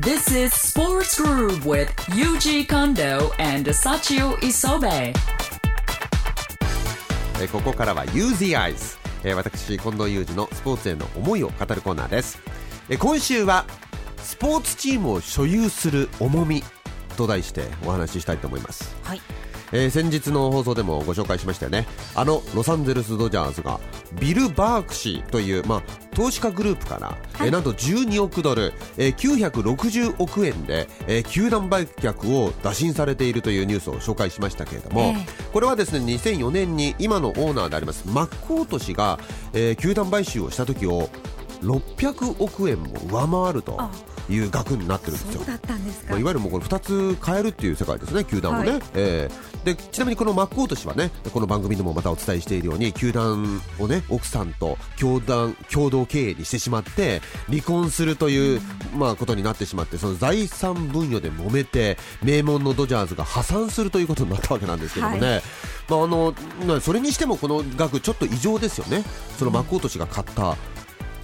This is Sports Groove with Yuji Kondo and Sachio Isobe. えーここからは Use the Eyes、えー私近藤裕二のスポーツへの思いを語るコーナーです、えー今週はスポーツチームを所有する重みと題してお話ししたいと思います、はいえー先日の放送でもご紹介しましたよねあのロサンゼルス・ドジャースがビル・バークシーという、まあ、投資家グループから、えーなんと12億ドル、えー960億円で、えー球団売却を打診されているというニュースを紹介しましたけれども、えこれはですね2004年に今のオーナーでありますマッコート氏が、えー球団買収をした時を600億円も上回るという額になってるんですよそう。だったんですまかあ、いわゆるもうこの2つ変えるっていう世界ですね、球団をね、はいえーでちなみにこのマッコート氏はね、この番組でもまたお伝えしているように、球団をね、奥さんと教団共同経営にしてしまって、離婚するという、まあ、ことになってしまって、その財産分与で揉めて、名門のドジャーズが破産するということになったわけなんですけどもね、まああのなそれにしてもこの額、ちょっと異常ですよね、そのマッコート氏が買った。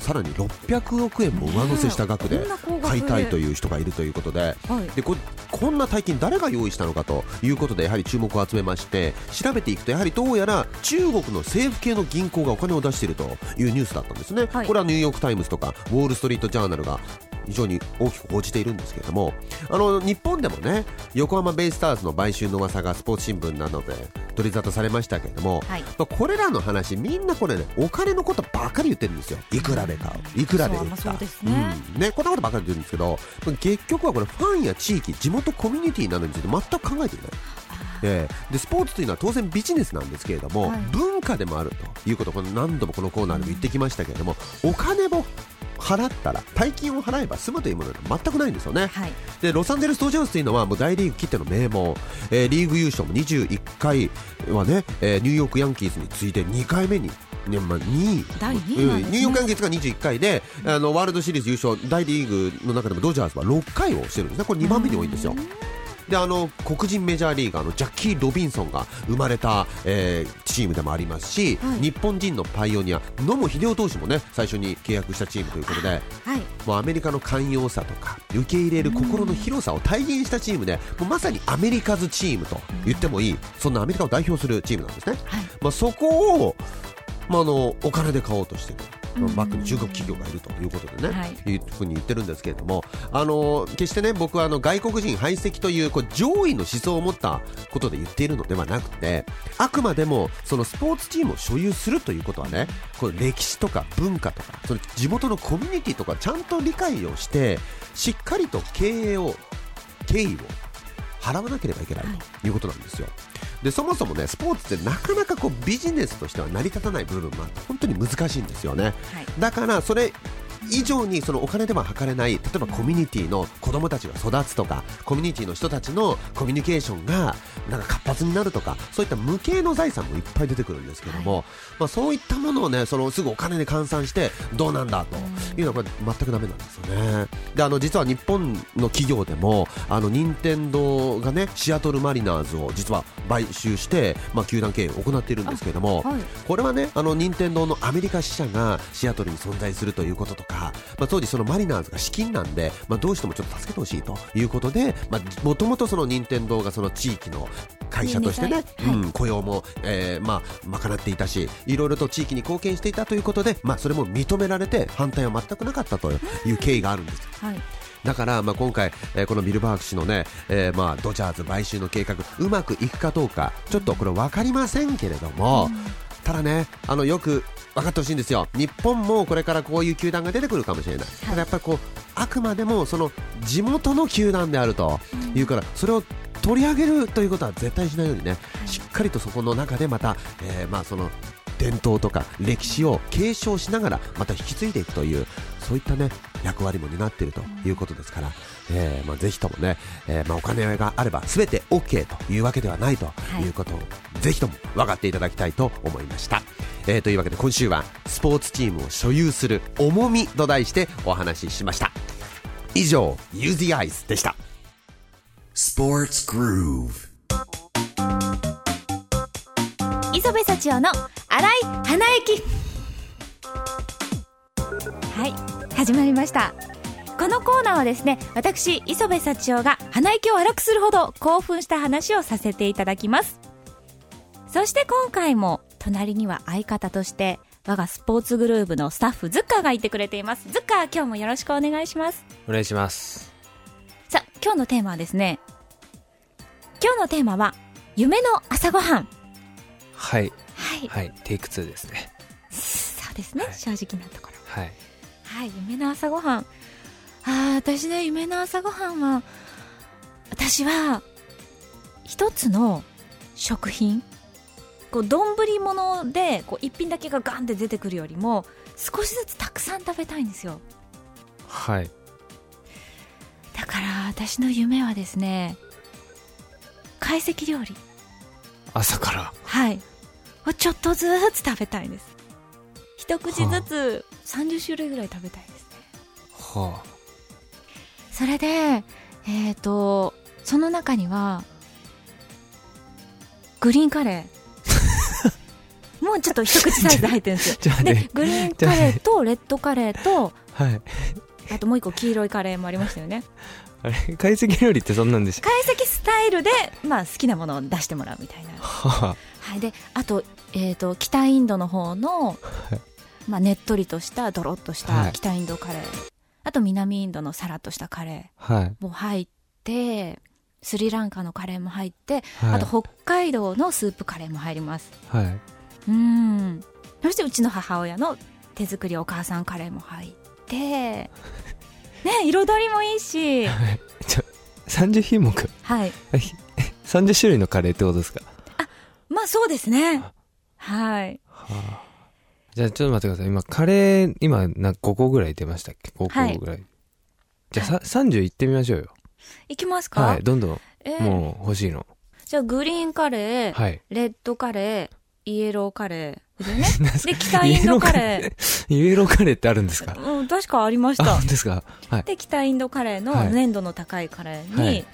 さらに600億円も上乗せした額でねえこんな高額買いでたいという人がいるということで、はいでここんな大金誰が用意したのかということでやはり注目を集めまして調べていくとやはりどうやら中国の政府系の銀行がお金を出しているというニュースだったんですね、はいこれはニューヨーク・タイムズとかウォール・ストリート・ジャーナルが非常に大きく報じているんですけれどもあの日本でもね横浜ベイスターズの買収の噂がスポーツ新聞などで取り沙汰されましたけれども、はいまあこれらの話みんなこれねお金のことばっかり言ってるんですよいくらで買ういくらで売っそうまあそうたですねうんねこんなことばっかり言ってるんですけど結局はこれファンや地域地元コミュニティなどについて全く考えていない。ええでスポーツというのは当然ビジネスなんですけれども、はい文化でもあるということこの何度もこのコーナーでも言ってきましたけれども、お金を払ったら大金を払えば済むというものでは全くないんですよね。はいでロサンゼルス・ドジャースというのはもう大リーグきっての名門、えーリーグ優勝も21回はね、えーニューヨーク・ヤンキースに次いで2回目に、ねまあ、2位第うん2位なんですねニューヨーク・ヤンキースが21回であのワールドシリーズ優勝大リーグの中でもドジャースは6回をしてるんですねこれ2番目に多いんですよ。であの黒人メジャーリーガーのジャッキー・ロビンソンが生まれた、えーチームでもありますし、はい日本人のパイオニア野茂英雄投手もね最初に契約したチームということではいもうアメリカの寛容さとか受け入れる心の広さを体現したチームでもうまさにアメリカズチームと言ってもいいそんなアメリカを代表するチームなんですね、はいまあ、そこを、まあ、あのお金で買おうとしている。まあうんバックに中国企業がいるということでね、はいい、うふうに言ってるんですけれども、あの決してね僕はあの外国人排斥というこう上位の思想を持ったことで言っているのではなくて、あくまでもそのスポーツチームを所有するということはね、これ歴史とか文化とか、その地元のコミュニティとかちゃんと理解をして、しっかりと経営を敬意を払わなければいけないということなんですよ。でそもそもねスポーツってなかなかこうビジネスとしては成り立たない部分もあって本当に難しいんですよね。はいだからそれ以上にそのお金では測れない例えばコミュニティの子供たちが育つとかコミュニティの人たちのコミュニケーションがなんか活発になるとかそういった無形の財産もいっぱい出てくるんですけども、まあ、そういったものをねそのすぐお金で換算してどうなんだというのはこれ全くダメなんですよねであの実は日本の企業でもあの任天堂がねシアトルマリナーズを実は買収して、まあ、球団経営を行っているんですけども、はいこれはね、あの任天堂のアメリカ支社がシアトルに存在するということとか、まあ、当時、そのマリナーズが資金なんで、まあ、どうしてもちょっと助けてほしいということで、もともとその任天堂がその地域の会社としてね、うんはいうん、雇用も、えーまあ、賄っていたし、いろいろと地域に貢献していたということで、まあ、それも認められて、反対は全くなかったという経緯があるんです。はいだから、まあ、今回、えーこのビル・バーク氏のね、えーまあ、ドジャーズ買収の計画、うまくいくかどうか、ちょっとこれ分かりませんけれども、ただね、あの、よく分かってほしいんですよ。日本もこれからこういう球団が出てくるかもしれない。ただやっぱりこう、あくまでもその地元の球団であるというから、それを取り上げるということは絶対しないようにね、しっかりとそこの中でまた、えーまあ、その、伝統とか歴史を継承しながらまた引き継いでいくというそういったね役割も担っているということですから、えーまあ、ぜひともね、えーまあ、お金があれば全て OK というわけではないということを、ぜひとも分かっていただきたいと思いました、えーというわけで今週はスポーツチームを所有する重みと題してお話ししました以上 Use the Eyes でした Sports Groove. 磯部幸男の新井花駅はい始まりましたこのコーナーはですね私磯部幸男が鼻息を荒くするほど興奮した話をさせていただきますそして今回も隣には相方として我がスポーツグループのスタッフズッカーがいてくれていますズッカー今日もよろしくお願いしますお願いしますさあ今日のテーマはですね今日のテーマは夢の朝ごはんはいはいはいテイク2ですねそうですね、はい正直なところはいはい夢の朝ごはんあー私の夢の朝ごはんは私は一つの食品こう丼物でこう一品だけがガンって出てくるよりも少しずつたくさん食べたいんですよはいだから私の夢はですね懐石料理朝からはいをちょっとずつ食べたいです一口ずつ30種類ぐらい食べたいですねはそれでえっ、とその中にはグリーンカレ ーもうちょっと一口サイズ入ってるんですよあじゃあでねグリーンカレーとレッドカレーとはいあともう一個黄色いカレーもありましたよねあれ懐石料理ってそんなんでし た懐石スタイルで、まあ、好きなものを出してもらうみたいなははい、であと,、えー、と北インドの方の、まあ、ねっとりとしたドロッとしはたい北インドカレー、あと南インドのさらっとしたカレあはいーも入ってスリランカのカレーも入って、はいあと北海道のスープカレーも入りますはいうんそしてうちの母親の手作りお母さんカレーも入 ってね彩りもいいしちょ30品目はい え30種類のカレーってことですかまあそうですねはいじゃあちょっと待ってください今カレー今な5個ぐらい出ましたっけは5い個ぐらい、じゃあさ30いってみましょうよいきますか、はいどんどんえーもう欲しいの、じゃあグリーンカレー、はいレッドカレー、イエローカレーですよ なねん。すかで、北インドカレ ーイエローカレーってあるんですかー。うん、確かありましあた本。当ですかはいで、北インドカレーのはい粘度の高いカレーに、はい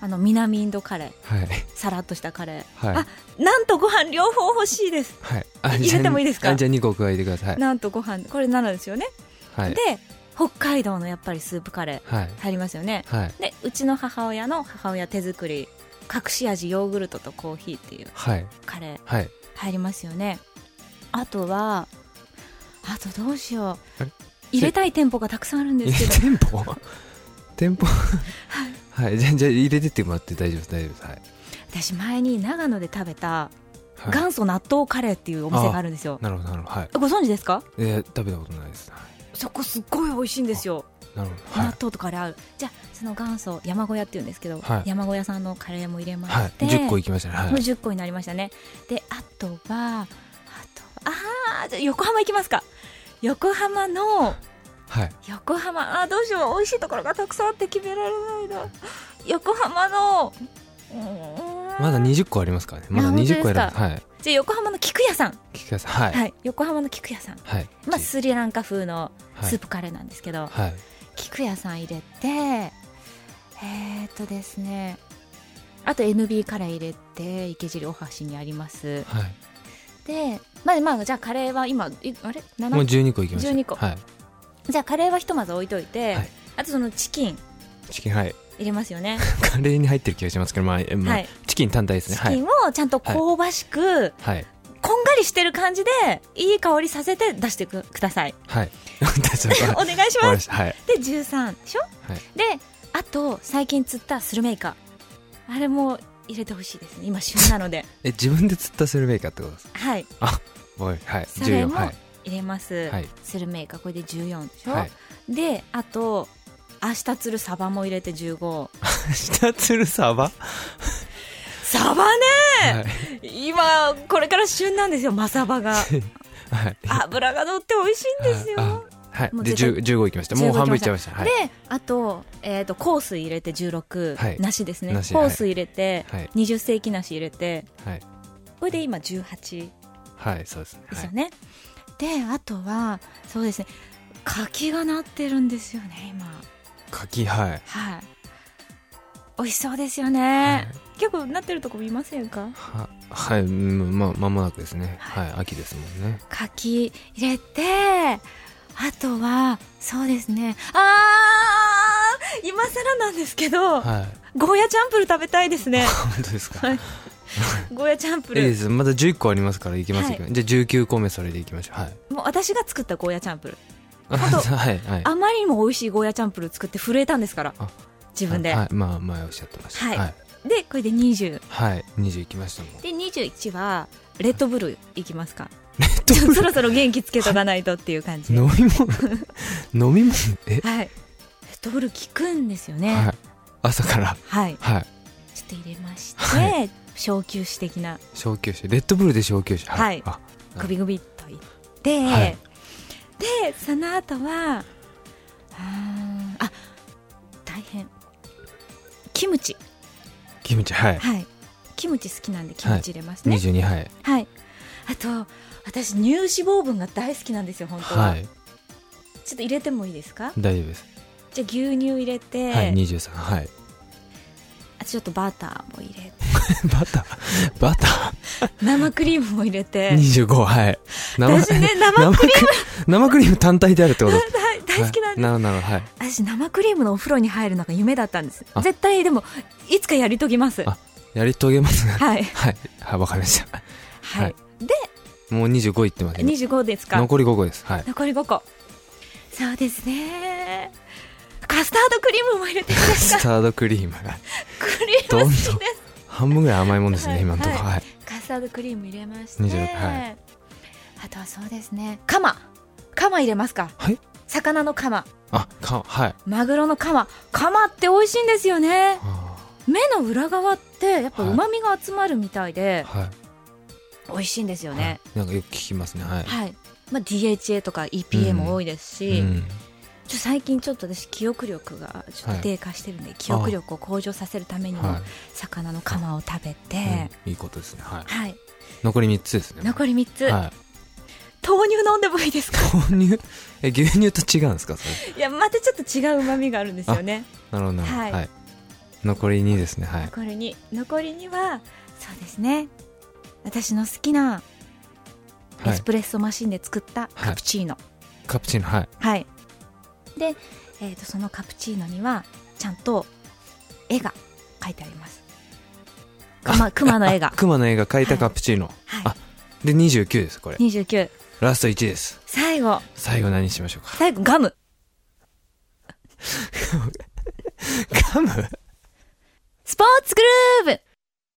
あの、南インドカレー、はいさらっとしたカレー。はいあ、なんとご飯両方欲しいです。はいあ入れじゃあてもいいですかあじゃあ2個加えてくださいなんとご飯、これ7ですよね。はいで、北海道のやっぱりスープカレはいー入りますよね。はいで、うちの母親の母親手作り、隠し味ヨーグルトとコーヒーっていうはいカレー。はい入りますよねあとはあとどうしよあうれ入れたい店舗がたくさんあるんで入すけどれ 店舗店舗はいじゃあじゃあ入れてってもらって大丈夫です大丈夫ですはい 私前に長野で食べたはい元祖納豆カレーっていうお店があるんですよなるほどなるほどはいご存知ですかえー食べたことないですはそこすっごい美味しいんですよ、いなるほどはい納豆とカレー合うじゃあその元祖山小屋っていうんですけど、はい山小屋さんのカレーも入れまはいして、 10個いきましたねはもうい10個になりましたねであとはあとはあーじゃあ横浜行きますか横浜のはい横浜あーどうしよう美味しいところがたくさんあって決められないな横浜のうーんまだ20個ありますからねまだあ本当ですか20個やらはいじゃあ横浜の菊屋さん、聞きださいははいい、横浜の菊屋さん、はいまあ、スリランカ風のはいスープカレーなんですけど、はい菊屋さん入れてえー、っとですねあと NB カレー入れて池尻大橋にありますはいでまあまあじゃあカレーは今いあれもう7 12個いきました12個はいじゃあカレーはひとまず置いといて、はいあとそのチキンチキンはい 入れますよねカレーに入ってる気がしますけどまあえまはあいチキン単体ですねチはキンいをちゃんと香ばしく、はいこんがりしてる感じでいい香りさせて出してくくださいはい大丈夫 おはい願いしわかりまますしたはいで13でしょはいであと最近釣ったスルメイカあれも入れてほしいですね今旬なの でえ自分で釣ったスルメイカってことですかはいおいはいそれ14もはい入れます、はいスルメイカこれで14でしょ、はいであと明日釣るサバも入れて15下つるサバサバはね、い今これから旬なんですよマサバ がはい脂が乗って美味しいんですよあはいもうで絶10 15いきましたもう半分いっちゃいましたはいであと,、えー、と香水入れて16、はい梨ですね梨香水入れて、はい20世紀梨入れてはいこれで今18はいそうですねですよはいね、であとはそうですね柿がなってるんですよね今柿はいはい美味しそうですよね、はい結構なってるとこ見ませんかははいうんまあ間もなくですねはい秋ですもんね柿入れてあとはそうですねあ更なんですけど、はいゴーヤチャンプル食べたいですね本当ですか、はいゴーヤチャンプいいでルすまだ11個ありますからいきます、はいいきますじゃあ19個目それでいきましょうはいもう私が作ったゴーヤチャンプルああと はいはいあまりにも美味しいゴーヤチャンプル作って震えたんですからあ自分で、はい、まあ前おっしゃってましたはいはい、でこれで20はい、20いきましたもんで21はレッドブルいきますかちょっとそろそろ元気つけとかないとっていう感じで飲み 物飲み物え、はいレッドブル効くんですよねははいい、朝からはいはいちょっと入れまして、は小休止的な小休止レッドブルで小休止はいあグビグビっといって、はいでその後はあーあ大変キムチキムチはいはいキムチ好きなんでキムチ入れますね22はいはい、あと私乳脂肪分が大好きなんですよ本当は、はいちょっと入れてもいいですか大丈夫ですじゃあ牛乳入れて、はい23はい あちょっとバターも入れてバターバター生クリームも入れて25はい 生私ね生クリーム生クリーム単体であるってこと大大好きなんです、なるほどなるほどはい私生クリームのお風呂に入るのが夢だったんですあ絶対でもいつかやり遂げますあやり遂げますねはいはいはいわかりましたはい、はいもう25いってます今25ですか残り5個ですはい残り5個そうですねカスタードクリームも入れていいでカすスかタードクリームがクリーム好きです どん半分ぐらい甘いもんですはねい今のところはいカスタードクリーム入れまして、 26はいあとはそうですねカマカマ入れますかはい魚のカマあかはいマグロのカマカマって美味しいんですよねあ目の裏側ってやっぱはいうまみが集まるみたいーではい美味しいんですよはいねなんかよく聞きますねはいはい、まあ、DHA とか EPA も多いですし、うんちょ最近ちょっと私記憶力がちょっと低下してるんで、記憶力を向上させるためにもは魚のカマを食べて、いいいことですねはいはい残り3つですね残り3つ、はい豆乳飲んでもいいですか豆乳 え牛乳と違うんですかそれいやまたちょっと違う旨味があるんですよねなるほどなるほどはいはい残り2ですねはい残りに残りにはそうですね私の好きなエはいスプレッソマシンで作ったカプチーノカプチーノはいはい、で、えー、とそのカプチーノにはちゃんと絵が描いてあります熊熊の絵 があ熊の絵が描いたカプチーノはあで29ですこれい29ラスト1です最後最後何にしましょ うか最後ガムガムスポーツグルーブ